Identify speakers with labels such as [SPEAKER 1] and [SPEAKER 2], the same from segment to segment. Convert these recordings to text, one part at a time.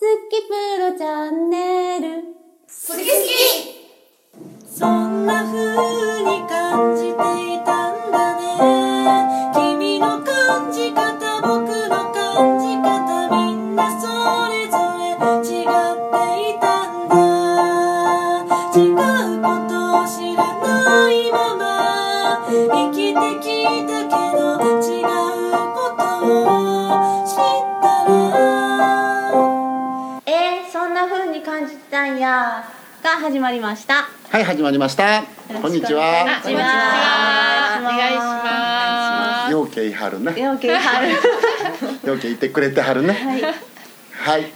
[SPEAKER 1] きプロチャンネル」
[SPEAKER 2] 好き好
[SPEAKER 3] そんな風に感じていたんだね君の感じ方僕の感じ方みんなそれぞれ違っていたんだ違うことを知らないまま生きてきたけど違うことを知ったら
[SPEAKER 1] えー、そんな風に感じてたんやが始まりました
[SPEAKER 4] はい始まりましたこんに
[SPEAKER 1] こんにち
[SPEAKER 4] ちは
[SPEAKER 1] は
[SPEAKER 2] お願いしま
[SPEAKER 4] 陽気いはるね
[SPEAKER 1] よけはる
[SPEAKER 4] 陽気いてくれてはるねはい、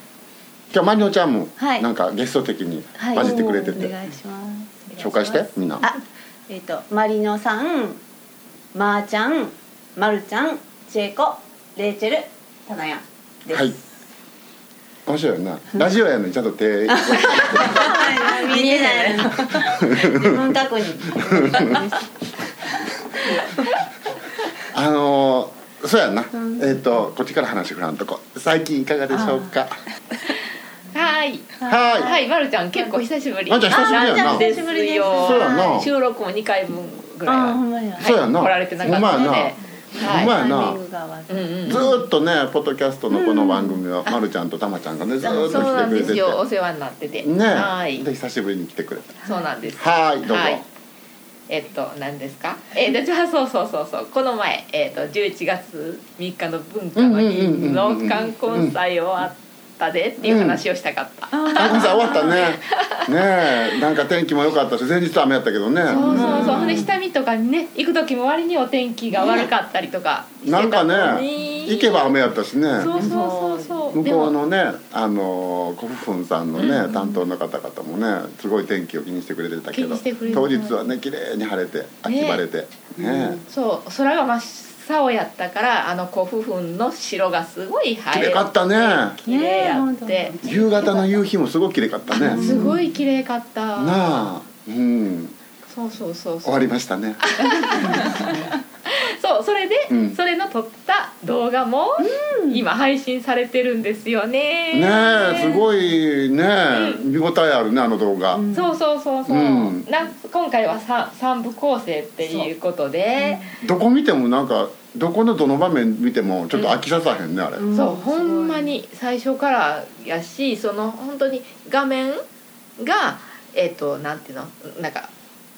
[SPEAKER 4] 今日マリオちゃんも
[SPEAKER 1] はい
[SPEAKER 4] なんかゲスト的に混じってくれてて、
[SPEAKER 1] お願いします
[SPEAKER 4] 紹介してみんな
[SPEAKER 1] あえっ、とマリノさんまー、ちゃんまるちゃんちえこレイチェルたなやんです
[SPEAKER 4] はい面白いよなラジオやのにちゃんと手
[SPEAKER 1] 見えないの自分確認
[SPEAKER 4] あのーそうやな、えっ、とこっちから話振らんとこ最近いかがでしょうか
[SPEAKER 2] すはい
[SPEAKER 4] はーい
[SPEAKER 2] はいまるちゃん結構久しぶり
[SPEAKER 4] まるちゃん久しぶりやな
[SPEAKER 2] あまるちゃん久しぶりですよ
[SPEAKER 4] そうやな
[SPEAKER 2] 収録も2回分ぐらい
[SPEAKER 1] あ
[SPEAKER 2] は
[SPEAKER 1] ほんまや
[SPEAKER 4] そうやな
[SPEAKER 2] 来られてなかったの
[SPEAKER 4] ほ
[SPEAKER 2] で
[SPEAKER 4] んまやな
[SPEAKER 2] はい
[SPEAKER 4] ほんまや
[SPEAKER 1] タイミ
[SPEAKER 4] な
[SPEAKER 1] ングが合わず
[SPEAKER 2] うんうん
[SPEAKER 4] ずーっとねポッドキャストのこの番組は、まるちゃんとたまちゃんがねずーっと
[SPEAKER 2] そうな
[SPEAKER 4] 来
[SPEAKER 2] ん
[SPEAKER 4] てくれ
[SPEAKER 2] で
[SPEAKER 4] てて
[SPEAKER 2] すよお世話になっててはい
[SPEAKER 4] ねで久しぶりに来てくれた
[SPEAKER 2] そうなんです
[SPEAKER 4] はいどうぞ
[SPEAKER 2] えっと何ですかえじゃあそうそうそうそうこの前えっと11月3日の文化の日の冠婚祭終わったでっていう話をしたかった
[SPEAKER 4] あごめんなさい終わったねねえなんか天気も良かったし前日雨やったけどね
[SPEAKER 2] そうそうそうほんで下見とかにね行く時も割にお天気が悪かったりとかして
[SPEAKER 4] な
[SPEAKER 2] たの
[SPEAKER 4] ん
[SPEAKER 2] に
[SPEAKER 4] かね行けば雨やったしね
[SPEAKER 2] そうそうそうそう
[SPEAKER 4] 向
[SPEAKER 2] で
[SPEAKER 4] こう
[SPEAKER 2] も
[SPEAKER 4] のねあのーコフフンさんのね、担当の方々もねすごい天気を気にしてくれてたけ
[SPEAKER 2] 気
[SPEAKER 4] ど
[SPEAKER 2] にしてくれてた
[SPEAKER 4] 当日はね綺麗に晴れて秋晴れてね
[SPEAKER 2] そう空が真っ青やったからあの古墳の城がすごい映
[SPEAKER 4] 綺
[SPEAKER 2] え
[SPEAKER 4] 麗かったね
[SPEAKER 2] 綺麗やって、
[SPEAKER 1] ね
[SPEAKER 4] 夕方の夕日もすごい綺麗かったね、な
[SPEAKER 2] すごい綺麗かった
[SPEAKER 4] あうん
[SPEAKER 2] そうそうそう
[SPEAKER 4] 終
[SPEAKER 2] そ
[SPEAKER 4] わ
[SPEAKER 2] う
[SPEAKER 4] りましたね
[SPEAKER 2] そうそれで、
[SPEAKER 4] うん
[SPEAKER 2] それの撮った動画も今配信されてるんですよね
[SPEAKER 4] ねえすごいね、見応えあるねあの動画、
[SPEAKER 2] そうそうそうそう、
[SPEAKER 4] うん
[SPEAKER 2] な今回は 3, 三部構成っていうことで
[SPEAKER 4] どこ見てもなんかどこのどの場面見てもちょっと飽きささへんね、あれ、
[SPEAKER 2] そう,、
[SPEAKER 1] ん
[SPEAKER 2] ほんまに最初からやしその本当に画面がえっ、となんていうのなんか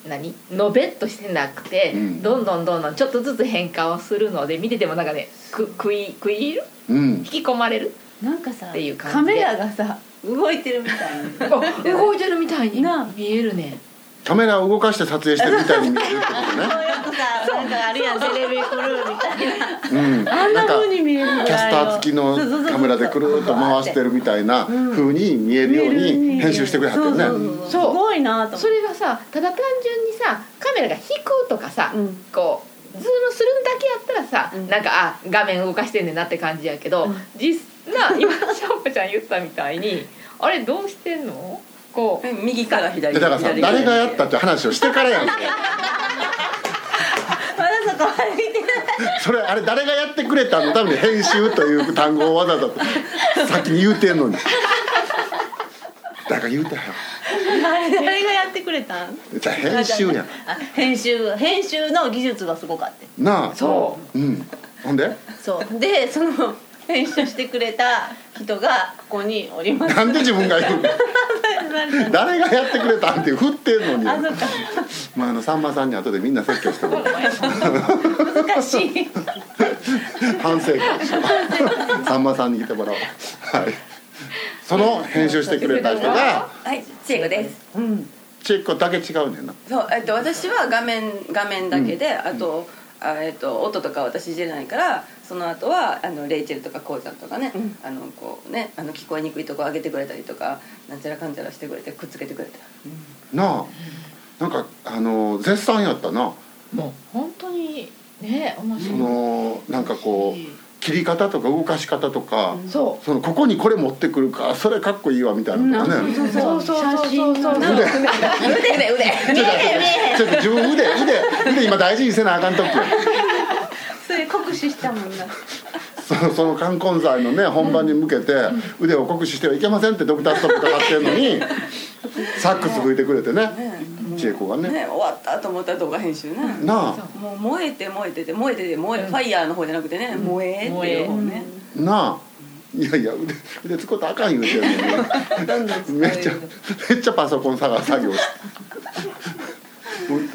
[SPEAKER 2] 何のべっとしてなくて、
[SPEAKER 4] うん
[SPEAKER 2] どんどんどんどんちょっとずつ変化をするので見ててもなんかねく食い食い入る
[SPEAKER 4] うん
[SPEAKER 2] 引き込まれる
[SPEAKER 1] なんかさ
[SPEAKER 2] っていう感じ
[SPEAKER 1] カ
[SPEAKER 2] で
[SPEAKER 1] メラがさ動いてるみたい
[SPEAKER 2] あ
[SPEAKER 1] な
[SPEAKER 2] 動いてるみたいに
[SPEAKER 1] なあ
[SPEAKER 2] 見えるね
[SPEAKER 4] カメラを動かして撮影してるみたいに見えるってことね
[SPEAKER 1] よくさなんかあるやんテレビ来るみたいな
[SPEAKER 4] うん、
[SPEAKER 1] あんな
[SPEAKER 4] な
[SPEAKER 1] ん
[SPEAKER 4] か
[SPEAKER 1] 風に見えるぐらい
[SPEAKER 4] キャスター付きの
[SPEAKER 1] そうそうそうそう
[SPEAKER 4] カメラでくるっと回してるみたいな
[SPEAKER 1] うん
[SPEAKER 4] 風に見えるように編集してくれはって
[SPEAKER 1] そう
[SPEAKER 4] るね
[SPEAKER 1] そうそう
[SPEAKER 2] そう
[SPEAKER 1] すごいなと思って
[SPEAKER 2] それがさただ単純にさカメラが引くとかさ、
[SPEAKER 1] うん
[SPEAKER 2] こうズームするだけやったらさ、
[SPEAKER 1] うん
[SPEAKER 2] なんかあ画面動かしてんねんなって感じやけど、
[SPEAKER 1] うん
[SPEAKER 2] 実な 今シャンプちゃん言ったみたいにあれどうしてんのこう
[SPEAKER 5] 右から左
[SPEAKER 4] でだからさ
[SPEAKER 5] 左ら
[SPEAKER 4] 誰がやったって話をしてからやんけ
[SPEAKER 1] まだそこは見てない
[SPEAKER 4] それあれ誰がやってくれたのために編集という単語をわざわざ先に言うてんのにだから言うたよ
[SPEAKER 1] あれ誰がやってくれたん
[SPEAKER 4] じゃあ編集や
[SPEAKER 1] あ
[SPEAKER 4] ん
[SPEAKER 1] 編集編集の技術がすごかった
[SPEAKER 4] なあ、
[SPEAKER 2] そう
[SPEAKER 4] うん、ほんで
[SPEAKER 1] そうでその編集してくれた人がここにおります
[SPEAKER 4] なんで自分が言 うの誰がやってくれたんって振ってんの
[SPEAKER 1] あそ
[SPEAKER 4] に
[SPEAKER 1] っか
[SPEAKER 4] まああのさんまさんに後でみんな説教してもらう
[SPEAKER 1] 難しい
[SPEAKER 4] 反省会さんまさんに来てもらおうはいその編集してくれた人が
[SPEAKER 5] はいチェコです
[SPEAKER 1] うん
[SPEAKER 4] チェックだけ違うねんな
[SPEAKER 5] そうえっと私は画面画面だけで、あとあえっと音とか私いじれないからその後はあのレイチェルとかこうちゃんとかね、あのこうねあの聞こえにくいとこ上げてくれたりとかなんちゃらかんちゃらしてくれてくっつけてくれた
[SPEAKER 4] なあなんかあの絶賛やったな
[SPEAKER 2] もう本当にね面
[SPEAKER 4] そ
[SPEAKER 2] 白い、
[SPEAKER 4] のなんかこう切り方とか動かし方とか、
[SPEAKER 2] そ
[SPEAKER 4] そのここにこれ持ってくるからそれかっこいいわみたいなのがね、
[SPEAKER 2] うそうそうそうそうそう
[SPEAKER 5] 腕
[SPEAKER 4] 腕
[SPEAKER 5] 腕腕
[SPEAKER 4] ちょっとちょっと自分腕腕腕今大事にせなあかんとき
[SPEAKER 1] それ酷使したもんな
[SPEAKER 4] そのその冠婚祭のね本番に向けて腕を酷使してはいけませんってドクターストップかかってるのにサックス吹いてくれてね千恵子がね
[SPEAKER 5] ね終わったと思ったら動画編集ね
[SPEAKER 4] なあ
[SPEAKER 5] もう燃えて燃えてて燃えてて燃えファイヤーの方じゃなくてね燃えっていう方ね
[SPEAKER 4] なあいやいや腕腕つこうとあかん言うてるのにめっちゃめっちゃパソコン探作業して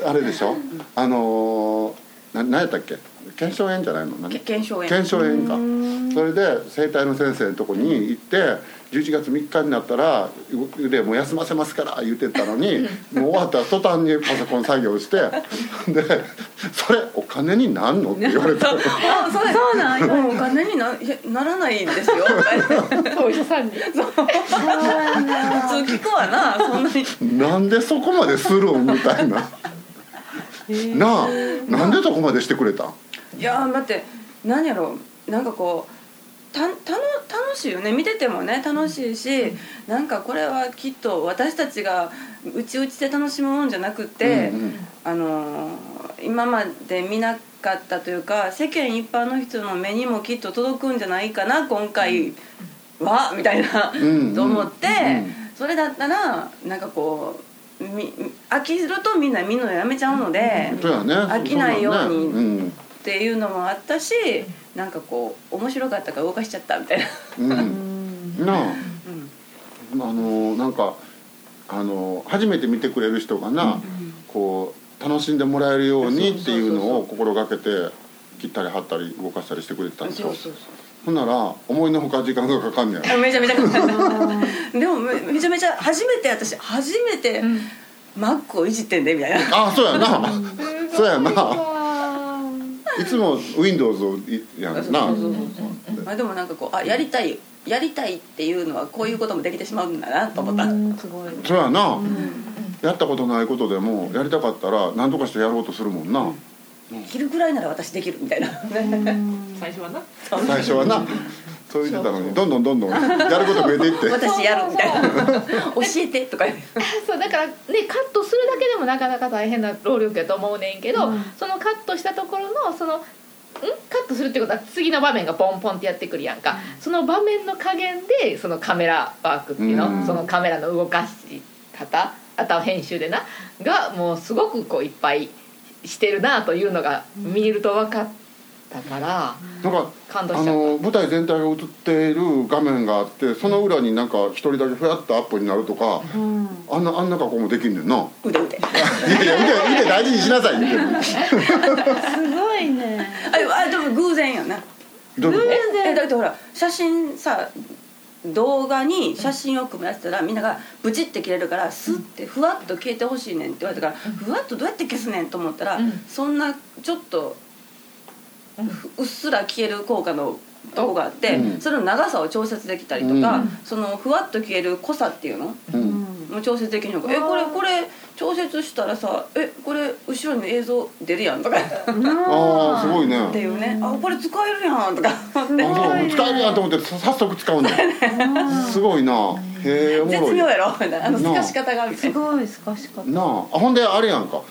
[SPEAKER 4] あれでしょあのー、な何やったっけ腱鞘炎じゃないの何
[SPEAKER 5] け検証炎
[SPEAKER 4] 腱鞘炎かそれで整体の先生のとこに行って11月3日になったら「腕もう休ませますから」言ってた のにもう終わったら途端にパソコン作業してで「それお金になんの?」って言われた
[SPEAKER 5] あそうそうなんもうお金になならないんです よ
[SPEAKER 2] お医者さんに
[SPEAKER 5] 普通聞くわなそんなに
[SPEAKER 4] なんでそこまでするんみたいな。なあなんでそこまでしてくれたん
[SPEAKER 5] いやー待って何やろなんかこうたたの楽しいよね見ててもね楽しいし、なんかこれはきっと私たちがうちうちで楽しむもんじゃなくて、
[SPEAKER 4] うんうん
[SPEAKER 5] あのー今まで見なかったというか世間一般の人の目にもきっと届くんじゃないかな今回は、みたいな、
[SPEAKER 4] ん
[SPEAKER 5] と思って、
[SPEAKER 4] うん
[SPEAKER 5] それだったらなんかこうみ飽きるとみんな見るのやめちゃうので。
[SPEAKER 4] そうやね
[SPEAKER 5] 飽きないように
[SPEAKER 4] そん
[SPEAKER 5] っていうのもあったしなんかこう面白かったから動かしちゃったみたいな、
[SPEAKER 4] なんねうん、うん、なあ
[SPEAKER 5] うん
[SPEAKER 4] あのなんかあの初めて見てくれる人がな、こう楽しんでもらえるようにっていうのを心がけて切ったり貼ったり動かしたりしてくれてたんでし
[SPEAKER 5] そ
[SPEAKER 4] ょ
[SPEAKER 5] うそう
[SPEAKER 4] ほんなら思いのほか時間がかかんねや
[SPEAKER 5] そうめちゃめち ゃでもめめちゃめちゃ初めて私初めてマックをいじってんでみたいな
[SPEAKER 4] あそうやなそうやないつも Windows をいやんな
[SPEAKER 5] そうそうそうそうまあでもなんかこうあやりたいやりたいっていうのはこういうこともできてしまうんだなと思った
[SPEAKER 1] すごい
[SPEAKER 4] そうやな、やったことないことでもやりたかったら何とかしてやろうとするもんな、
[SPEAKER 5] 昼ぐらいなら私できるみたいな
[SPEAKER 2] 最初はな
[SPEAKER 4] 最初はなそう言ってたのにどんどんどんどんやること増えていって
[SPEAKER 5] 私やるみたいな教えてとか言う
[SPEAKER 2] そうだからねカットするだけでもなかなか大変な労力やと思うねんけど、そのカットしたところのそのんカットするってことは次の場面がポンポンってやってくるやんか、その場面の加減でそのカメラワークっていうの、
[SPEAKER 4] うん
[SPEAKER 2] そのカメラの動かし方あとは編集でながもうすごくこういっぱいしてるなというのが見ると分かったから
[SPEAKER 4] なんか
[SPEAKER 2] 感動
[SPEAKER 4] あ
[SPEAKER 2] しちゃった。
[SPEAKER 4] の舞台全体が映っている画面があってその裏になんか一人だけふやっとアップになるとか、あんなあんな加工もできんねんな
[SPEAKER 5] 腕腕
[SPEAKER 4] いやいや見て見て大事にしなさい言ってる
[SPEAKER 1] すごいね
[SPEAKER 5] ああでも偶然やな
[SPEAKER 4] どういうこ
[SPEAKER 5] えだってほら写真さ動画に写真を組み合わせたらみんながブチって切れるからスッてふわっと消えてほしいねんって言われたからふわっとどうやって消すねんと思ったら、
[SPEAKER 2] うん
[SPEAKER 5] そんなちょっとふうっすら消える効果のとこがあって、
[SPEAKER 4] うん
[SPEAKER 5] それの長さを調節できたりとか、
[SPEAKER 4] うん
[SPEAKER 5] そのふわっと消える濃さっていうの
[SPEAKER 4] と、うん、
[SPEAKER 5] もう調節できるのかえこれこれ調節したらさえこれ後ろに映像出るやんとかっ
[SPEAKER 4] ああすごいね
[SPEAKER 5] ていうねあこれ使えるやんとか思って
[SPEAKER 4] あそう使えるやと思ってさ早速使うね んすごいなへえおもろ
[SPEAKER 5] 絶
[SPEAKER 4] い
[SPEAKER 5] 妙やろみたい なあの
[SPEAKER 4] な
[SPEAKER 5] 透
[SPEAKER 4] あ
[SPEAKER 5] かし方がみたい
[SPEAKER 1] す
[SPEAKER 5] な
[SPEAKER 1] ごいすかしかった
[SPEAKER 4] なああほんであれやんか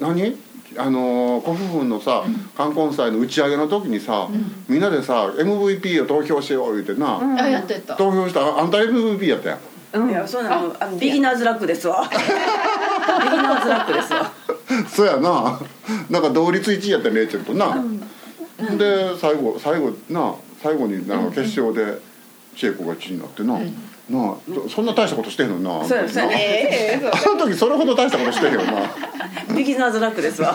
[SPEAKER 4] 何あのー、ご夫婦のさ冠婚祭の打ち上げの時にさ、みんなでさ MVP を投票しよう言うてな、
[SPEAKER 1] うん
[SPEAKER 2] あやってた
[SPEAKER 4] 投票したらあんた MVP やったやん
[SPEAKER 5] いやそうなのあのビギナーズラックです わビギナーズラックですわ
[SPEAKER 4] そうやななんか同率1位やったねレイチェルとな、で最後最後な最後になんか決勝で千恵子が1位になってな、なあそんな大したことしてへんのにな
[SPEAKER 5] そうやそうや
[SPEAKER 4] な
[SPEAKER 2] ええそう
[SPEAKER 4] あの時それほど大したことしてへんよな
[SPEAKER 5] ビギナーズラックですわ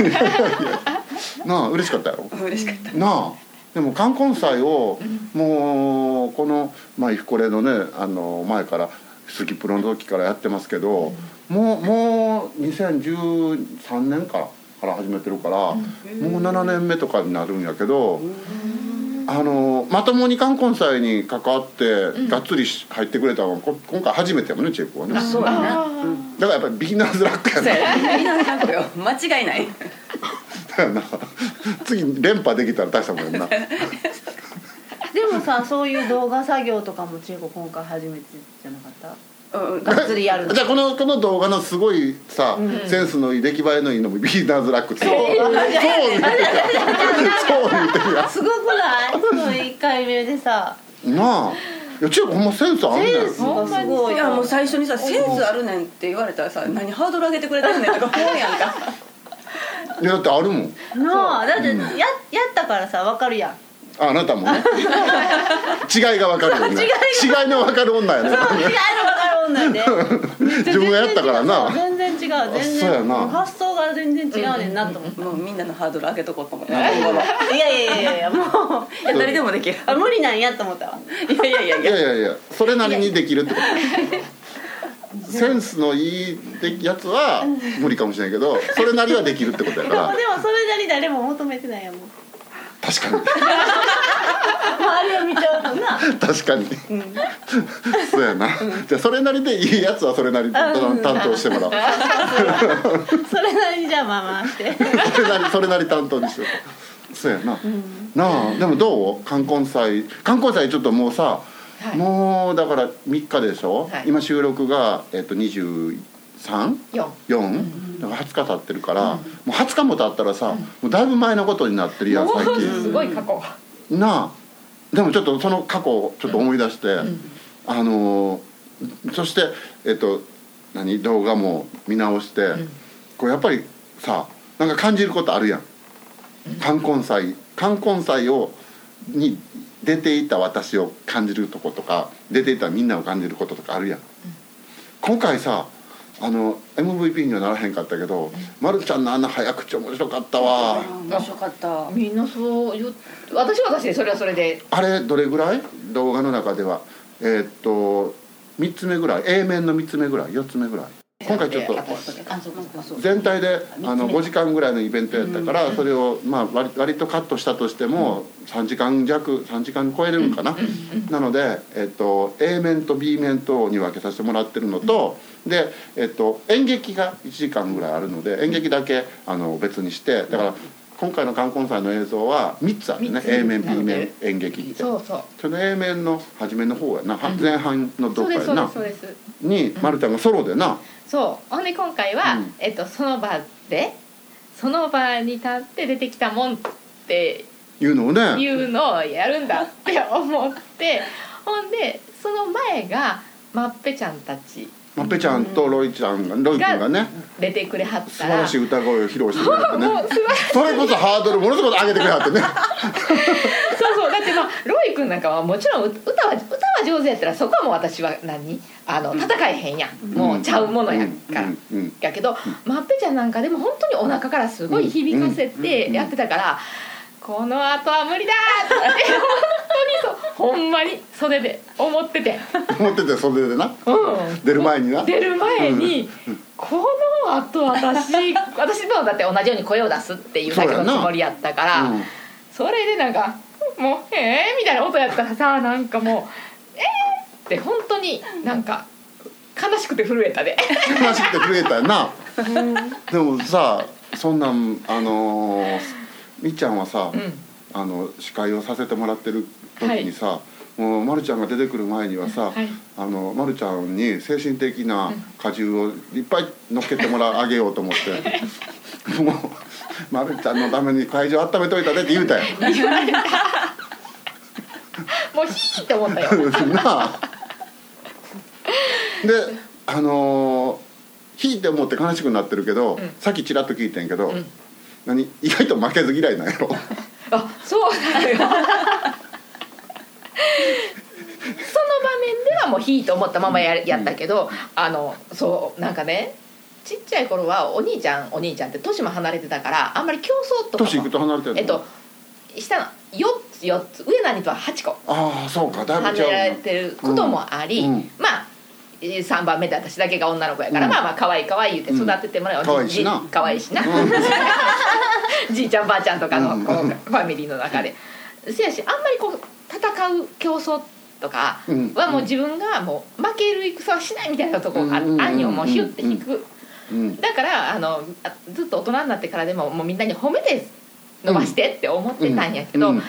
[SPEAKER 4] なあ嬉しかったやろ
[SPEAKER 5] 嬉しかった
[SPEAKER 4] なあでも冠婚祭をもうこの「まあ、イフコレ」のねあの前からスキプロの時からやってますけど、もうもう2013年からから始めてるから、もう7年目とかになるんやけど、あのまともに冠婚祭に関わってがっつりし入ってくれたのはこ今回初めてやもんねチェックはねだか
[SPEAKER 5] そうやね
[SPEAKER 4] らやっぱりビギナーズラックや
[SPEAKER 5] そう
[SPEAKER 4] な
[SPEAKER 5] やねビギナーズラックよ間違いない
[SPEAKER 4] だよな次連覇できたら大したもんやな
[SPEAKER 1] でもさそういう動画作業とかも千恵子今回初めてじゃなかった
[SPEAKER 5] うん
[SPEAKER 1] がっつりやるの
[SPEAKER 4] じゃあこのこの動画のすごいさ、
[SPEAKER 1] うん
[SPEAKER 4] センスのいい出来栄えのいいのもビギナーズラックってそう
[SPEAKER 1] そう
[SPEAKER 4] 言うてそう言うてるや
[SPEAKER 1] すごくないその1回目でさ
[SPEAKER 4] んなあいや千恵子ほんまセンスあんねん
[SPEAKER 1] センスがすごい
[SPEAKER 5] いやもう最初にさ「センスあるねん」って言われたらさ「何ハードル上げてくれたんねん」とか思うやんか
[SPEAKER 4] いやだってあるもん
[SPEAKER 1] なあだってや
[SPEAKER 4] うん
[SPEAKER 1] やったからさわかるやん
[SPEAKER 4] ああなたも ね違いが分かるよね違いの分かる女やね
[SPEAKER 1] そう違うのわかる女やで
[SPEAKER 4] 自分がやったからな
[SPEAKER 1] 全然違う全
[SPEAKER 4] そうや
[SPEAKER 1] 然
[SPEAKER 4] な
[SPEAKER 1] もう発想が全然違うねんなと思った
[SPEAKER 5] もうみんなのハードル上げとこうと思って
[SPEAKER 4] なるほど
[SPEAKER 1] いやいやいやいやもう
[SPEAKER 5] いや誰でもできる
[SPEAKER 1] あ無理なんやと思ったわ
[SPEAKER 5] いやいやいやい
[SPEAKER 4] いや
[SPEAKER 5] や
[SPEAKER 4] いやいやそれなりにできるってことセンスのいいやつは無理かもしれないけどそれなりはできるってことやか
[SPEAKER 1] でも
[SPEAKER 4] ら
[SPEAKER 1] でもそれなり誰も求めてないやんもん
[SPEAKER 4] 確かに
[SPEAKER 1] 周りを見ちゃうとな
[SPEAKER 4] 確かに、そうやな、じゃあそれなりでいいやつはそれなり
[SPEAKER 1] うん
[SPEAKER 4] 担当してもらおう、
[SPEAKER 1] それなりにじゃあまあ回して
[SPEAKER 4] それなりそれなり担当にしようそうやな、なあでもどう冠婚祭冠婚祭ちょっともうさ、
[SPEAKER 2] はい
[SPEAKER 4] もうだから3日でしょ、
[SPEAKER 2] はい
[SPEAKER 4] 今収録が、えっと 23?4?
[SPEAKER 2] 4
[SPEAKER 4] だから20日経ってるから、もう20日も経ったらさ、もうだいぶ前のことになってるやん最近
[SPEAKER 2] すごい過去
[SPEAKER 4] なあでもちょっとその過去をちょっと思い出して、あのーそしてえっと何動画も見直して、これやっぱりさなんか感じることあるやん冠婚祭冠婚祭をに出ていた私を感じるとことか出ていたみんなを感じることとかあるやん、今回さあの MVP にはならへんかったけど、まるちゃんのあんな早口面白かったわ、
[SPEAKER 5] 面白かった
[SPEAKER 2] みんなそう言う私は私でそれはそれで
[SPEAKER 4] あれどれぐらい動画の中ではえーっと3つ目ぐらい A 面の3つ目ぐらい4つ目ぐらい今回ちょっと
[SPEAKER 5] あそうかそうか
[SPEAKER 4] 全体で
[SPEAKER 5] 目
[SPEAKER 4] あの5時間ぐらいのイベントやったからそれをまあ割割とカットしたとしても3時間弱3時間超えるんかななのでえーっと A 面と B 面とに分けさせてもらってるのとでえーっと演劇が1時間ぐらいあるので演劇だけあの別にしてだから今回の冠婚祭の映像は3つあるね
[SPEAKER 2] 三つ
[SPEAKER 4] A 面 B
[SPEAKER 2] なの
[SPEAKER 4] 面
[SPEAKER 2] で
[SPEAKER 4] 演劇って。
[SPEAKER 2] そうそう
[SPEAKER 4] その A 面の初めの方やな、は前半のど
[SPEAKER 2] そ
[SPEAKER 4] こ
[SPEAKER 2] うで
[SPEAKER 4] や
[SPEAKER 2] すそうで
[SPEAKER 4] な
[SPEAKER 2] すそうです
[SPEAKER 4] にまるちゃんがソロでな、
[SPEAKER 2] そうほんで今回は、
[SPEAKER 4] うん
[SPEAKER 2] えっと、その場でその場に立って出てきたもんって
[SPEAKER 4] いうのを
[SPEAKER 2] い
[SPEAKER 4] ね
[SPEAKER 2] うのをやるんだって思ってほんでその前がまっぺちゃんたち
[SPEAKER 4] まっぺちゃんとロイちゃんがロイ君がね
[SPEAKER 2] 出てくれはっ
[SPEAKER 4] 素
[SPEAKER 2] た
[SPEAKER 4] 晴
[SPEAKER 2] ら
[SPEAKER 4] らしい歌声を披露してくれてね
[SPEAKER 2] もうすば
[SPEAKER 4] それこそハードルものすごく上げてくれはってね
[SPEAKER 2] そうそうだってまあロイ君なんかはもちろんう歌は歌は上手やったらそこはもう私は何あの戦えへんやん、 もうちゃうものやから、
[SPEAKER 4] うんうんうん
[SPEAKER 2] やけど、まっぺちゃんなんかでも本当にお腹からすごい響かせてやってたから、この後は無理だーって本当にそうほんまに袖で思ってて、
[SPEAKER 4] 持ってて袖でな
[SPEAKER 2] うん、
[SPEAKER 4] 出る前にな
[SPEAKER 2] 出る前に、この後私私もだって同じように声を出すっていうだけのつもりやったからそ,、
[SPEAKER 4] うん
[SPEAKER 2] れでなんか「もうええー」みたいな音やったらさなんかもう「えー」って本当になんか悲しくて震えたで
[SPEAKER 4] 話してくれたよなでもさそんなんあのーみっちゃんはさ、
[SPEAKER 2] うん
[SPEAKER 4] あの司会をさせてもらってる時にさ、もうまるちゃんが出てくる前にはさ、
[SPEAKER 2] はい
[SPEAKER 4] あのまるちゃんに精神的な荷重をいっぱい乗っけてもらあげようと思 ってもうまるちゃんのために会場温めといたでって言うたよ
[SPEAKER 2] もうヒーって思ったよ
[SPEAKER 4] なあであのー、ひいて思って悲しくなってるけど、
[SPEAKER 2] ん
[SPEAKER 4] さっきちらっと聞いてんけど、
[SPEAKER 2] ん
[SPEAKER 4] 何 意外と負けず嫌いなん やろ
[SPEAKER 2] あそうなのよその場面ではもういいと思ったままややったけど、あのそうなんかねちっちゃい頃はお兄ちゃんお兄ちゃんって年も離れてたからあんまり競争とかも
[SPEAKER 4] 年いくと離れてるの、
[SPEAKER 2] えっと下の4つ4つ上の兄とは8個
[SPEAKER 4] ああそうかだい
[SPEAKER 2] 離
[SPEAKER 4] ぶ違う
[SPEAKER 2] れられ
[SPEAKER 4] な
[SPEAKER 2] てることもあり、
[SPEAKER 4] うんうん
[SPEAKER 2] まあえー3番目で私だけが女の子やから、
[SPEAKER 4] うん
[SPEAKER 2] まあまあ可愛い可愛い言って育ててもら
[SPEAKER 4] う
[SPEAKER 2] う、
[SPEAKER 4] ん可愛いしな
[SPEAKER 2] じ可愛いしな、
[SPEAKER 4] うん
[SPEAKER 2] じいちゃんばあちゃんとかの
[SPEAKER 4] うん
[SPEAKER 2] こうファミリーの中でせやしあんまりこう戦う競争とか
[SPEAKER 4] うん
[SPEAKER 2] はもう自分がもう負ける戦はしないみたいなところがあ
[SPEAKER 4] うんうんうん
[SPEAKER 2] る兄をもうヒュッて引く
[SPEAKER 4] うん
[SPEAKER 2] だからあのあずっと大人になってからでももうみんなに褒めて伸ばしてって思ってたんやけど、
[SPEAKER 4] うんうん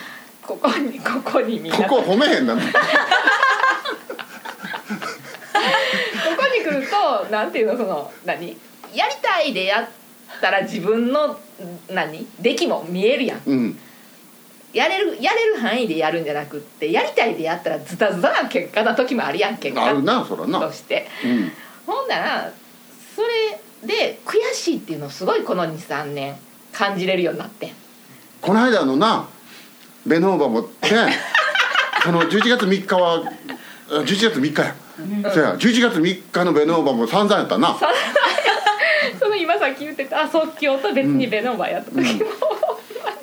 [SPEAKER 2] ここにここにみんな
[SPEAKER 4] ここ褒めへんだね
[SPEAKER 2] てくるとなんていうのその何やりたいでやったら自分の何出来も見えるやん
[SPEAKER 4] うん
[SPEAKER 2] やれるやれる範囲でやるんじゃなくってやりたいでやったらズタズタな結果な時もあるやん結
[SPEAKER 4] ある
[SPEAKER 2] 果
[SPEAKER 4] なそらな
[SPEAKER 2] として
[SPEAKER 4] うん
[SPEAKER 2] ほんならそれで悔しいっていうのをすごいこの23年感じれるようになってん
[SPEAKER 4] この間のなベノーバもね その11月3日はあ11月3日や、そや11月3日のベノーバも散々やったな
[SPEAKER 2] その今さっき言ってたあ即興と別にベノバやった時も、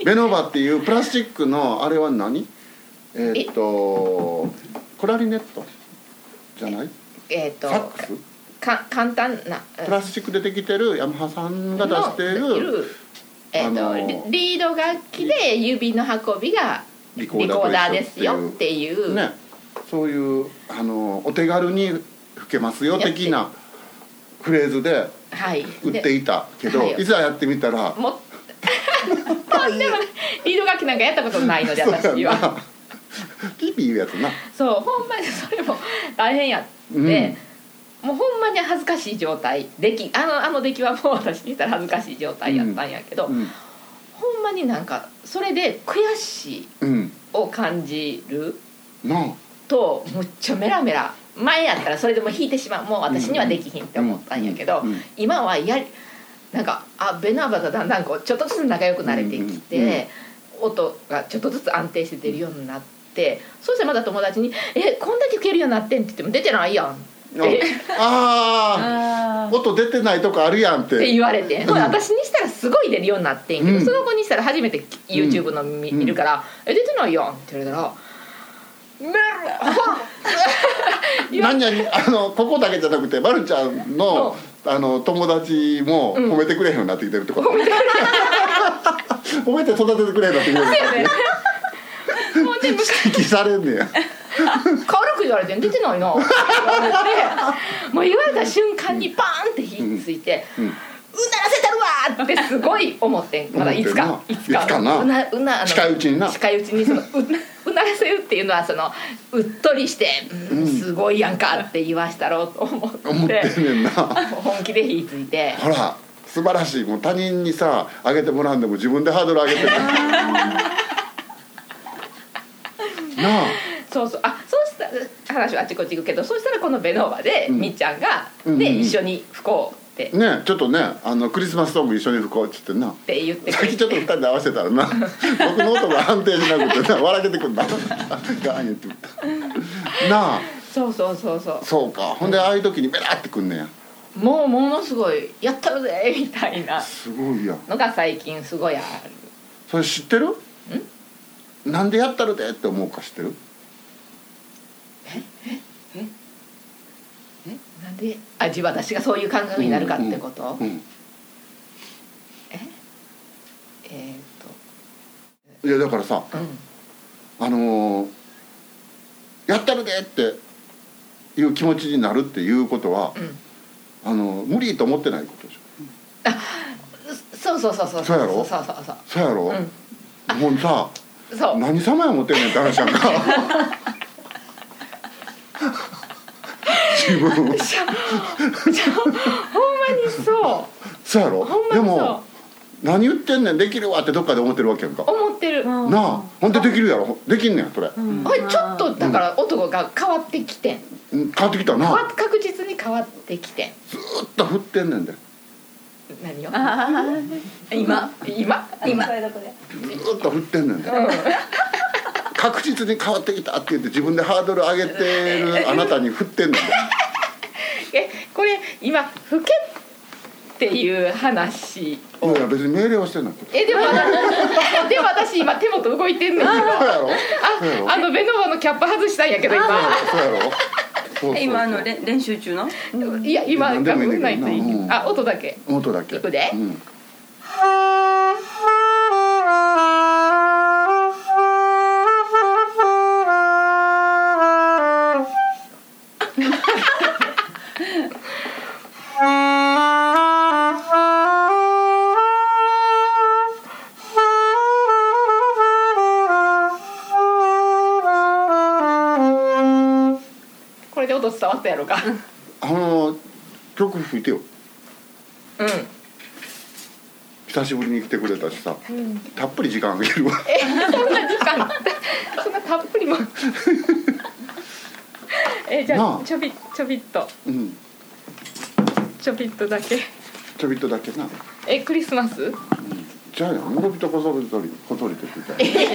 [SPEAKER 4] ベノーバっていうプラスチックのあれは何えーっとクラリネットじゃない
[SPEAKER 2] えっ、と
[SPEAKER 4] サックス
[SPEAKER 2] か簡単なうん
[SPEAKER 4] プラスチックでできてるヤマハさんが出
[SPEAKER 2] の
[SPEAKER 4] している
[SPEAKER 2] えっ、と、
[SPEAKER 4] あの
[SPEAKER 2] リリード楽器で指の運びが
[SPEAKER 4] リコ
[SPEAKER 2] リコー
[SPEAKER 4] ー
[SPEAKER 2] ダ
[SPEAKER 4] ダ
[SPEAKER 2] ー
[SPEAKER 4] ー
[SPEAKER 2] で
[SPEAKER 4] ですす
[SPEAKER 2] よ
[SPEAKER 4] よ
[SPEAKER 2] っ
[SPEAKER 4] って
[SPEAKER 2] い
[SPEAKER 4] ていううねそういうあのお手軽に吹けますよ的なフレーズで
[SPEAKER 2] はい
[SPEAKER 4] 売っていたけ
[SPEAKER 2] は
[SPEAKER 4] ど
[SPEAKER 2] い
[SPEAKER 4] いざやってみたら
[SPEAKER 2] も とんでもないリード楽器なんかやったことないので
[SPEAKER 4] そう
[SPEAKER 2] 私
[SPEAKER 4] や
[SPEAKER 2] は
[SPEAKER 4] なピピいうやつな
[SPEAKER 2] そうほんまにそれも大変やって、
[SPEAKER 4] うん
[SPEAKER 2] もうほんまに恥ずかしい状態できあのあの出来はもう私にしたら恥ずかしい状態やったんやけど、
[SPEAKER 4] うん
[SPEAKER 2] ほんまになんかそれで悔しい
[SPEAKER 4] うん
[SPEAKER 2] を感じる
[SPEAKER 4] なあ
[SPEAKER 2] とむっちゃメラメラ前やったらそれでも弾いてしまうもう私にはできひんって思ったんやけど、
[SPEAKER 4] うんうんうん
[SPEAKER 2] 今はやりなんかあベナーバがだんだんこうちょっとずつ仲良くなれてき
[SPEAKER 4] うんうん
[SPEAKER 2] て、音がちょっとずつ安定して出るようになってそうしたらまだ友達に「えこんだけ吹けるようになってん」って言っても「出てないやん」って
[SPEAKER 4] ああ
[SPEAKER 1] あ
[SPEAKER 4] 音出てないとこあるやんっ
[SPEAKER 2] って
[SPEAKER 4] て
[SPEAKER 2] 言われて、私にしたらすごい出るようになってんけど、
[SPEAKER 4] うん
[SPEAKER 2] その子にしたら初めて YouTube の見,、
[SPEAKER 4] うん
[SPEAKER 2] るから「え出てないやん」って言われたら「メラ言わ
[SPEAKER 4] 何々 あのここだけじゃなくてまるちゃんのあの友達も褒めてくれへんようになってきてるってこと褒めて育ててくれへんようになってきてる
[SPEAKER 2] もう全部
[SPEAKER 4] 指摘され んねや
[SPEAKER 2] 軽く言われて出てな いなって言われてもう言われた瞬間にバーンって火ついて、う
[SPEAKER 4] うん
[SPEAKER 2] ならせたるわーってすごい思ってんまだいつか
[SPEAKER 4] 思って
[SPEAKER 2] い
[SPEAKER 4] んな
[SPEAKER 2] つか
[SPEAKER 4] いつかな
[SPEAKER 2] うなうなあの
[SPEAKER 4] 近いうちにな
[SPEAKER 2] 近いうちにそのう うならせるっていうのはそのうっとりして、うんすごいやんかって言わしたろうと思って
[SPEAKER 4] 思ってんねんな
[SPEAKER 2] もう本気で火ついて
[SPEAKER 4] ほら素晴らしいもう他人にさ上げてもらうんでも自分でハードル上げてるなあ
[SPEAKER 2] そうそうあそうした話はあっちこっち行くけどそうしたらこのベノーバで、
[SPEAKER 4] うん
[SPEAKER 2] みっちゃんが、
[SPEAKER 4] うんうん
[SPEAKER 2] で
[SPEAKER 4] うん
[SPEAKER 2] 一緒に吹こうって。
[SPEAKER 4] ねちょっとねあのクリスマスソング一緒に吹こうっつってな
[SPEAKER 2] って言って
[SPEAKER 4] さっきちょっと二人で合わせたら な僕の音が安定しなくてな笑けてくんだガーン言ってなあ
[SPEAKER 2] そうそうそうそう
[SPEAKER 4] そうかほんでああいう時にベラってくんねや
[SPEAKER 2] もうものすごい「やったるぜ!」みたいな
[SPEAKER 4] すごいやん
[SPEAKER 2] のが最近すごいある
[SPEAKER 4] それ知ってるなんでやったるでって思うか知ってる
[SPEAKER 2] なんであ自分私がそういう感覚になるかってこと、
[SPEAKER 4] うん
[SPEAKER 2] え
[SPEAKER 4] いやだからさ
[SPEAKER 2] ーっとうん
[SPEAKER 4] あのーやったるでっていう気持ちになるっていうことは、
[SPEAKER 2] うん
[SPEAKER 4] あのー無理と思ってないことでしょ
[SPEAKER 2] そうそうそうそう
[SPEAKER 4] そうやろ
[SPEAKER 2] そうそうそう
[SPEAKER 4] そうやろ、もうさ
[SPEAKER 2] そう
[SPEAKER 4] 何様や思ってんねんって話やんか自分
[SPEAKER 2] ほんまにそ
[SPEAKER 4] そうやろ
[SPEAKER 2] うほんま
[SPEAKER 4] で
[SPEAKER 2] に
[SPEAKER 4] も
[SPEAKER 2] そ
[SPEAKER 4] 何言ってんねんできるわってどっかで思ってるわけやんか
[SPEAKER 2] う思ってる、
[SPEAKER 1] うん
[SPEAKER 4] なあほんでできるやろできんねんそれ、
[SPEAKER 1] うん
[SPEAKER 2] おいちょっとだから男が変わってきてん
[SPEAKER 4] うん、変わってきた
[SPEAKER 2] 変
[SPEAKER 4] な
[SPEAKER 2] わっ確実に変わってきてん
[SPEAKER 4] ずっと振ってんねんで
[SPEAKER 2] 何を
[SPEAKER 5] 今
[SPEAKER 2] 今
[SPEAKER 5] 今
[SPEAKER 1] そういうとこで
[SPEAKER 4] ずっと振ってんねんで、確実に変わってきたって言って自分でハードル上げてるあなたに振ってんねんで
[SPEAKER 2] えこれ今「老け」っていう話
[SPEAKER 4] いやいや別に命令はしてない
[SPEAKER 2] えでも私でも私今手元動いてんねん今
[SPEAKER 4] そうやろそうやろ
[SPEAKER 2] ああのベノバのキャップ外したんやけど今
[SPEAKER 4] そうやろそうそうそう
[SPEAKER 5] 今あのれん練習中の
[SPEAKER 2] いや今
[SPEAKER 4] 何で
[SPEAKER 2] 画
[SPEAKER 4] もいい
[SPEAKER 2] 面
[SPEAKER 4] ねん
[SPEAKER 2] な
[SPEAKER 4] け
[SPEAKER 2] い
[SPEAKER 4] ど
[SPEAKER 2] と
[SPEAKER 4] ない
[SPEAKER 2] い
[SPEAKER 4] う
[SPEAKER 2] けど
[SPEAKER 4] ん
[SPEAKER 2] あ音
[SPEAKER 4] 音
[SPEAKER 2] だけ
[SPEAKER 4] だけ
[SPEAKER 2] いくで
[SPEAKER 4] うん
[SPEAKER 2] これで音伝わったやろうか
[SPEAKER 4] あの曲吹いてよ
[SPEAKER 2] うん
[SPEAKER 4] 久しぶりに来てくれたしさ
[SPEAKER 2] うん
[SPEAKER 4] たっぷり時間あげるわ
[SPEAKER 2] そんな時間そんなたっぷり もえじゃ
[SPEAKER 4] な
[SPEAKER 2] あ
[SPEAKER 4] あ
[SPEAKER 2] ちょびちょびっと
[SPEAKER 4] うん
[SPEAKER 2] ちょびっとだけ
[SPEAKER 4] ちょびっとだけな
[SPEAKER 2] えクリスマス
[SPEAKER 4] じゃあやんもろびとこそびとりこそりとって言ったよ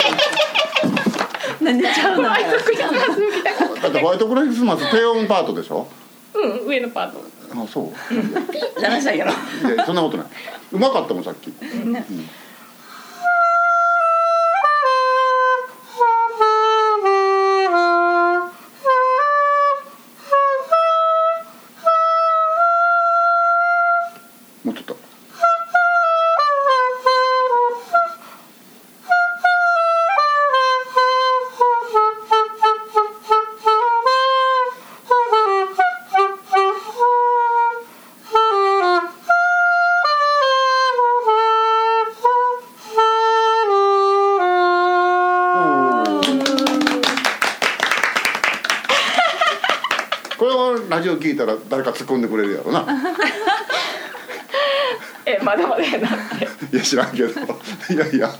[SPEAKER 1] なんでちゃ うの
[SPEAKER 2] クリスマスみたい
[SPEAKER 4] だってホワイトクリスマス低音パートでしょ
[SPEAKER 2] うん上のパート
[SPEAKER 4] あそう
[SPEAKER 5] 鳴らしたいやろ
[SPEAKER 4] いやそんなことないうまかったもんさっきもうちょっとこれはラジオ聞いたら誰か突っ込んでくれるやろな
[SPEAKER 2] えまだまだやない
[SPEAKER 4] や知らんけどいやいや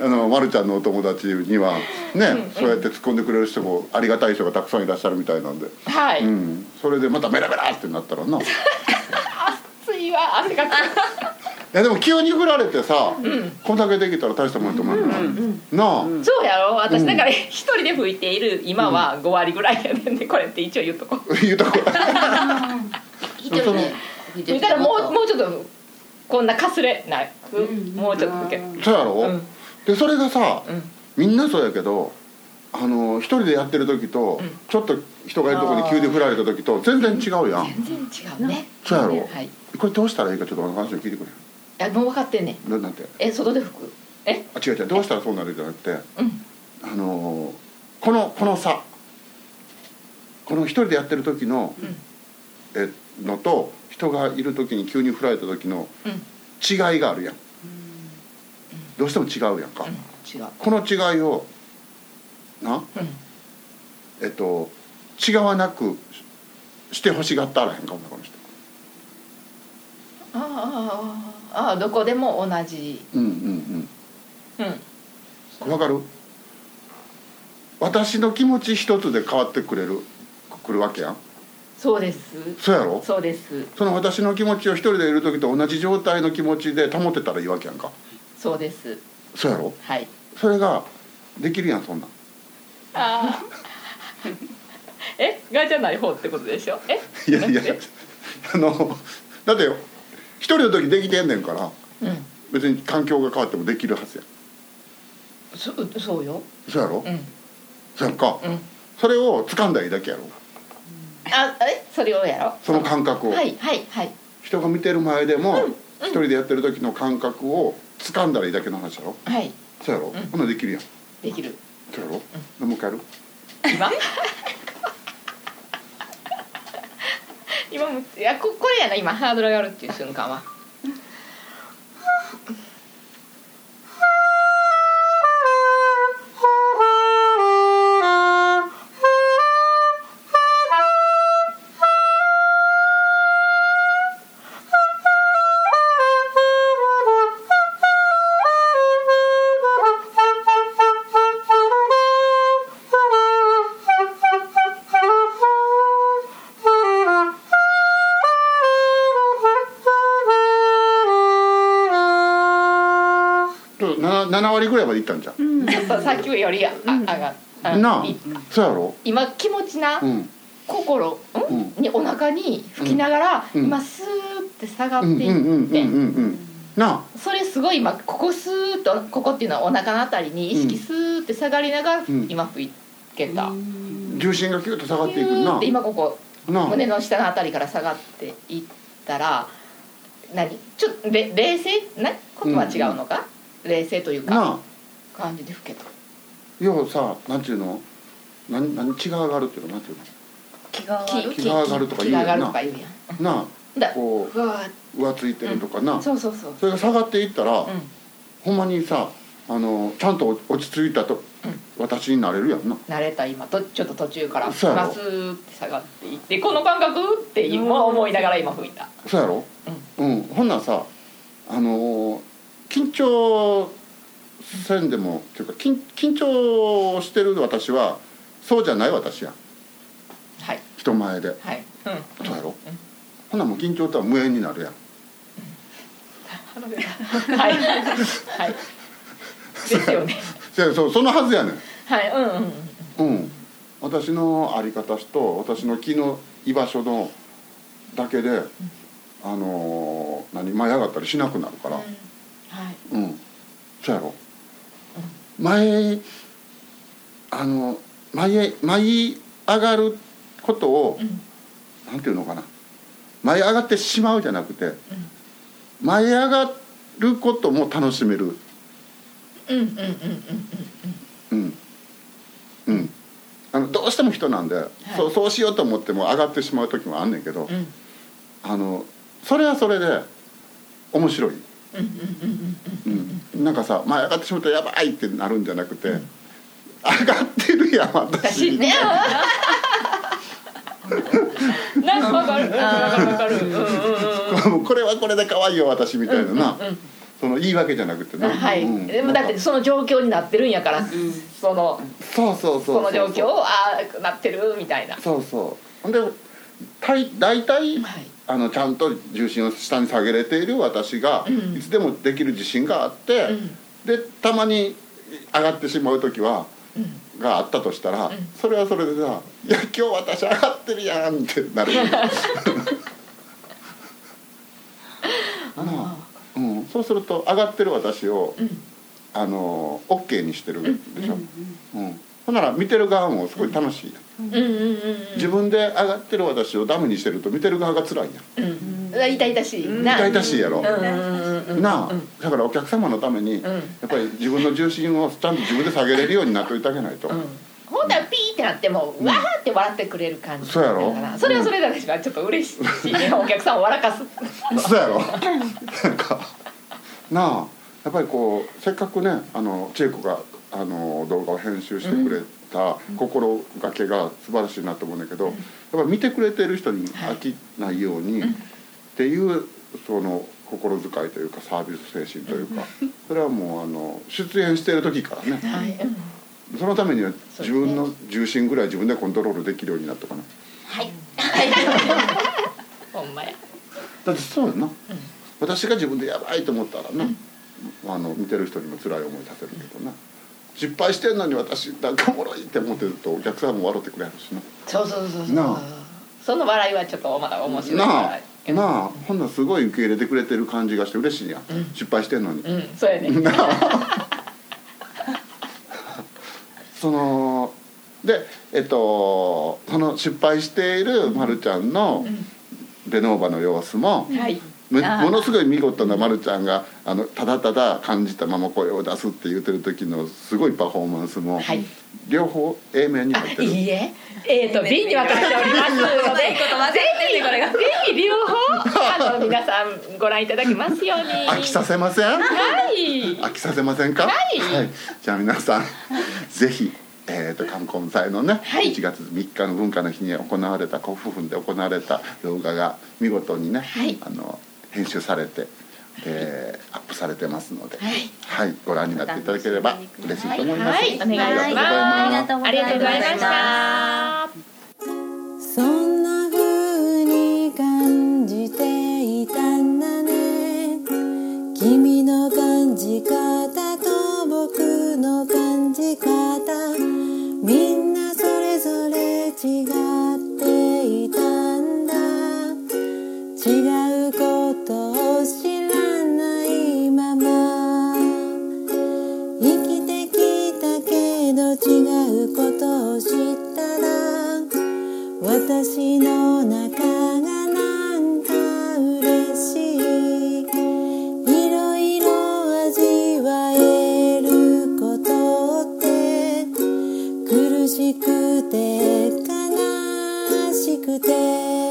[SPEAKER 4] あの、ま、るちゃんのお友達にはね、そうやって突っ込んでくれる人もありがたい人がたくさんいらっしゃるみたいなんで、
[SPEAKER 2] はい、
[SPEAKER 4] うん、それでまたメラメラってなったらない
[SPEAKER 2] 暑いわ汗かく
[SPEAKER 4] やでも急に振られてさ、こんだけできたら大したもんやと思うよな、なあ、
[SPEAKER 2] そうやろ私だから一人で吹いている今は5割ぐらいやねんでこれって一応言っとこう
[SPEAKER 4] 言うとこ
[SPEAKER 5] 一人で吹いて
[SPEAKER 2] 見
[SPEAKER 5] る
[SPEAKER 2] たらもうもうちょっとこんなかすれなく、もうちょっと吹け
[SPEAKER 4] そうやろ、
[SPEAKER 2] うん
[SPEAKER 4] でそれがさ、
[SPEAKER 2] ん
[SPEAKER 4] みんなそうやけどあの一人でやってる時と、ちょっと人がいるとこに急に振られた時と全然違うやん
[SPEAKER 2] 全然違うね
[SPEAKER 4] そうやろ、
[SPEAKER 2] はいい
[SPEAKER 4] これどうしたらいいかちょっと話を聞いてく
[SPEAKER 2] やもう分かってんねん
[SPEAKER 4] れななんて
[SPEAKER 2] え外で吹くえ
[SPEAKER 4] あ違う違うどうしたらそうなるじゃなくて、
[SPEAKER 2] うん
[SPEAKER 4] あのーこのこの差この一人でやってる時の、えのと人がいる時に急に振られた時の
[SPEAKER 2] うん
[SPEAKER 4] 違いがあるやん、どうしても違うやんか、
[SPEAKER 2] 違う
[SPEAKER 4] この違いをな
[SPEAKER 2] うん
[SPEAKER 4] えっと違わなくししてほしがったらへんかもなこの人
[SPEAKER 2] ああああああどこでも同じ
[SPEAKER 4] うんうん
[SPEAKER 2] うん
[SPEAKER 4] うんわかる私の気持ち一つで変わってくれるくるわけやん
[SPEAKER 2] そうです
[SPEAKER 4] そうやろ
[SPEAKER 2] そうです
[SPEAKER 4] その私の気持ちを一人でいる時と同じ状態の気持ちで保てたらいいわけやんか
[SPEAKER 2] そうです
[SPEAKER 4] そうやろ
[SPEAKER 2] はい
[SPEAKER 4] それができるやんそんなん
[SPEAKER 2] ああ えがじゃない方ってことでしょえ
[SPEAKER 4] いやいやあのだって一人の時できてんねんから
[SPEAKER 2] うん
[SPEAKER 4] 別に環境が変わってもできるはずや
[SPEAKER 2] そそうよ
[SPEAKER 4] んそうやろ、
[SPEAKER 2] うん
[SPEAKER 4] そうやんか、
[SPEAKER 2] うん
[SPEAKER 4] それを掴んだらいいだけやろ
[SPEAKER 2] あえそれをやろ
[SPEAKER 4] その感覚を、
[SPEAKER 2] はいはいはい
[SPEAKER 4] 人が見てる前でも一人でやってる時の感覚を掴んだらいいだけの話やろ
[SPEAKER 2] はい
[SPEAKER 4] そうやろ、
[SPEAKER 2] ん
[SPEAKER 4] こんなんできるやん
[SPEAKER 2] できる
[SPEAKER 4] そうやろ、もう一回やる
[SPEAKER 2] 今 今もいやここれやな今ハードルが上がるっていう瞬間は
[SPEAKER 4] ちょっと 7, 7割ぐらいまでいったんじゃん、
[SPEAKER 2] ちょっとさっきよりあ、あ上があ
[SPEAKER 4] なあ
[SPEAKER 2] い
[SPEAKER 4] そうやろ
[SPEAKER 2] 今気持ちな、
[SPEAKER 4] うん
[SPEAKER 2] 心ん、
[SPEAKER 4] うん
[SPEAKER 2] にお腹に吹きながら、
[SPEAKER 4] うん
[SPEAKER 2] 今スーって下がっ
[SPEAKER 4] う
[SPEAKER 2] て
[SPEAKER 4] んうんうんう
[SPEAKER 2] い
[SPEAKER 4] ん
[SPEAKER 2] って、
[SPEAKER 4] うんうんな
[SPEAKER 2] それすごい今ここスーっとここっていうのはお腹のあたりに意識スーって下がりながら、
[SPEAKER 4] ん
[SPEAKER 2] 今吹けた、
[SPEAKER 4] あ重心がキュッと下がっ
[SPEAKER 2] ピ
[SPEAKER 4] ていく
[SPEAKER 2] ュー
[SPEAKER 4] な
[SPEAKER 2] って今ここ
[SPEAKER 4] な
[SPEAKER 2] 胸の下のあたりから下がっていったら何ちょっとれ冷静なことは違うのか、冷静という
[SPEAKER 4] な
[SPEAKER 2] か
[SPEAKER 4] あ
[SPEAKER 2] 感じで吹けた
[SPEAKER 4] 要はさなんちゅうの何何気が上がるっていうのなんていう
[SPEAKER 5] 気が悪
[SPEAKER 2] 気
[SPEAKER 5] い
[SPEAKER 4] 気が上がるとか言うよ
[SPEAKER 2] 気が
[SPEAKER 4] な
[SPEAKER 2] 上がるとか言うやん
[SPEAKER 4] のな
[SPEAKER 2] だ
[SPEAKER 4] あこ
[SPEAKER 2] ふわーっ
[SPEAKER 4] う浮ついてるとかな、
[SPEAKER 2] そうそうそう
[SPEAKER 4] それが下がっていったら、
[SPEAKER 2] うん
[SPEAKER 4] ほんまにさあのちゃんと落ち着いたと、私になれるやんな
[SPEAKER 2] 慣れた今とちょっと途中から「
[SPEAKER 4] そうやろ
[SPEAKER 2] ます」って下がっていってこの感覚って今思いながら今吹いた
[SPEAKER 4] そうやろうん、ほんならさあのー緊張せんでもっていうか緊緊張してる私はそうじゃない私やん
[SPEAKER 2] はい
[SPEAKER 4] 人前で
[SPEAKER 2] はいうん
[SPEAKER 4] そうやろほんならもう緊張とは無縁になるやん
[SPEAKER 2] はいはいですよね
[SPEAKER 4] せそうそのはずやねん
[SPEAKER 2] はいうんうんうん
[SPEAKER 4] うん私の在り方と私の気の居場所のだけであのー何舞い上がったりしなくなるから
[SPEAKER 2] はい
[SPEAKER 4] うんそうやろ前あの舞い舞い上がることを
[SPEAKER 2] うん
[SPEAKER 4] なんていうのかな舞い上がってしまうじゃなくて舞い上がることも楽しめる
[SPEAKER 2] うんうんうんうん
[SPEAKER 4] うんうんあのどうしても人なんで、そうそうしようと思っても上がってしまう時もあんねんけど、
[SPEAKER 2] うんうん
[SPEAKER 4] あのそれはそれで面白い、うん、なんかさ、まあ、上がってしまうとやばいってなるんじゃなくて、上がってるやん私
[SPEAKER 2] 私ね なんかわかるわかるわかるうんう ん
[SPEAKER 4] これはこれで可愛いよ私みたいなな、
[SPEAKER 2] うん
[SPEAKER 4] そのいいわけじゃなくて
[SPEAKER 2] う
[SPEAKER 4] な、
[SPEAKER 2] んはい
[SPEAKER 4] うん
[SPEAKER 2] でもだっ
[SPEAKER 4] な
[SPEAKER 2] て
[SPEAKER 4] んか
[SPEAKER 2] その状況になってるんやからその
[SPEAKER 4] そうそうそう
[SPEAKER 2] この状況をああなってるみたいな
[SPEAKER 4] そうそうほんでたい大体、
[SPEAKER 2] はい
[SPEAKER 4] あのちゃんと重心を下に下げれている私が、
[SPEAKER 2] うん
[SPEAKER 4] いつでもできる自信があって、
[SPEAKER 2] うん
[SPEAKER 4] でたまに上がってしまう時は、があったとしたら、それはそれでさ「いや今日私上がってるやん」ってなる なあうん、そうすると上がってる私を、あのオッケーにしてるでしょ、うんほんなら見てる側もすごい楽しいやん、
[SPEAKER 2] うんうんうんうん
[SPEAKER 4] 自分で上がってる私をダメにしてると見てる側が辛いやん
[SPEAKER 2] うん痛々しいな
[SPEAKER 4] 痛々しいやろ、
[SPEAKER 2] うんうんうん
[SPEAKER 4] なあ、だからお客様のために、やっぱり自分の重心をちゃんと自分で下げれるようになっておいてあげないと、
[SPEAKER 2] うんほんならピーってなってもわーって笑ってくれる感じ
[SPEAKER 4] そうやろ
[SPEAKER 2] だからそれはそれで私はちょっと嬉しいねお客さんを笑かす
[SPEAKER 4] そうやろなんかなあやっぱりこうせっかくねあの千恵子があの動画を編集してくれた心がけが素晴らしいなと思うんだけど、やっぱり見てくれてる人に飽きないように、っていうその心遣いというかサービス精神というか、それはもうあの出演してる時からね、
[SPEAKER 2] はいうん
[SPEAKER 4] そのためには
[SPEAKER 2] そうですね
[SPEAKER 4] 自分の重心ぐらい自分でコントロールできるようになっとかな
[SPEAKER 2] ほんまや
[SPEAKER 4] だってそうやんな、私が自分でやばいと思ったらな、あの見てる人にも辛い思いさせるけどな失敗してんのに私なんかおもろいって思ってるとお客さんも笑ってくれるしな
[SPEAKER 2] そうそうそうそう
[SPEAKER 4] なあ
[SPEAKER 2] その笑いはちょっとまだ面白い
[SPEAKER 4] な
[SPEAKER 2] か
[SPEAKER 4] あ
[SPEAKER 2] ら
[SPEAKER 4] なあほんならすごい受け入れてくれてる感じがして嬉しいやん、失敗してんのに、
[SPEAKER 2] うんそうやね
[SPEAKER 4] なあそのでえっとその失敗しているまるちゃんのデノーバの様子も、
[SPEAKER 2] はい
[SPEAKER 4] む
[SPEAKER 5] あー
[SPEAKER 4] ものすごい見事なまるちゃんがあのただただ感じたまま声を出すって言ってる時のすごいパフォーマンスも、
[SPEAKER 2] はい
[SPEAKER 4] 両方 A 面に
[SPEAKER 2] あ
[SPEAKER 4] 入ってる
[SPEAKER 2] いいえ A と B に分かれております
[SPEAKER 5] う
[SPEAKER 2] ので
[SPEAKER 5] まいこと分かってん
[SPEAKER 2] ぜ
[SPEAKER 5] ねこれが
[SPEAKER 2] ひ両方あの皆さんご覧いただきますように
[SPEAKER 4] 飽きさせません
[SPEAKER 2] はい
[SPEAKER 4] 飽きさせませんか、
[SPEAKER 2] はい
[SPEAKER 4] じゃあ皆さん ぜひ、えー、と観光祭のね、
[SPEAKER 2] はい
[SPEAKER 4] 1月3日の文化の日に行われた古夫婦で行われた動画が見事にね、
[SPEAKER 2] はい
[SPEAKER 4] あの編集されて、えーアップされてますので、はいご覧になっていただければ嬉しいと思います。
[SPEAKER 2] はい、お願いします。
[SPEAKER 1] はいありがとうございました
[SPEAKER 2] あ
[SPEAKER 3] そんな風に感じていたんだね君の感じ方と僕の感じ方みんなそれぞれ違っていたんだ違うことを知らないまま生きてきたけど違うことを知ったら私の中がなんか嬉しいいろいろ味わえることって苦しくて悲しくて